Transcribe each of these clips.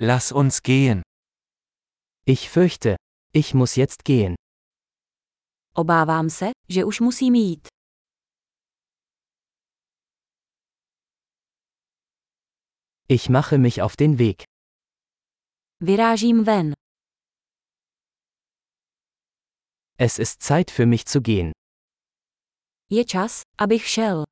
Lass uns gehen. Ich fürchte, ich muss jetzt gehen. Obávám se, že už musím jít. Ich mache mich auf den Weg. Vyrážím ven. Es ist Zeit für mich zu gehen. Je čas, abych šel.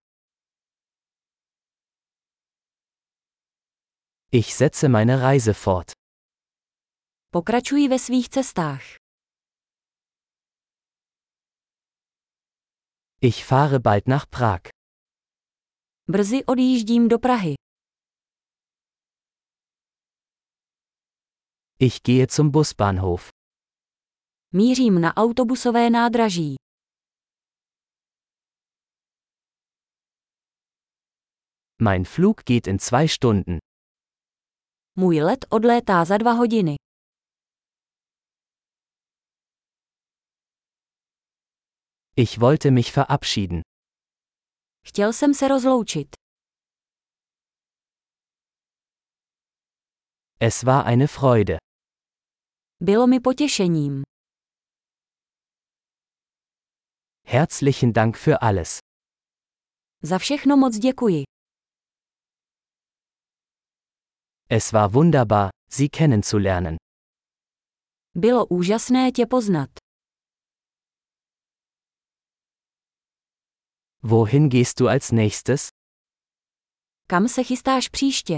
Ich setze meine Reise fort. Pokračuji ve svých cestách. Ich fahre bald nach Prag. Brzy odjíždím do Prahy. Ich gehe zum Busbahnhof. Mířím na autobusové nádraží. Mein Flug geht in zwei Stunden. Můj let odlétá za dva hodiny. Ich wollte mich verabschieden. Chtěl jsem se rozloučit. Es war eine Freude. Bylo mi potěšením. Herzlichen Dank für alles. Za všechno moc děkuji. Es war wunderbar, Sie kennenzulernen. Bylo úžasné tě poznat. Wohin gehst du als nächstes? Kam se chystáš příště?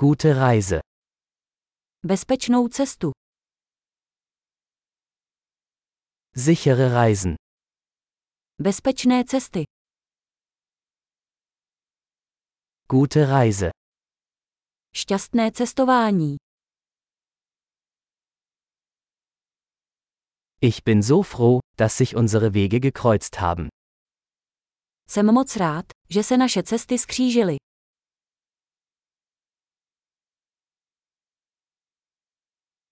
Gute Reise. Bezpečnou cestu. Sichere Reisen. Bezpečné cesty. Gute Reise. Šťastné cestování. Ich bin so froh, dass sich unsere Wege gekreuzt haben. Jsem moc rád, že se naše cesty skřížily.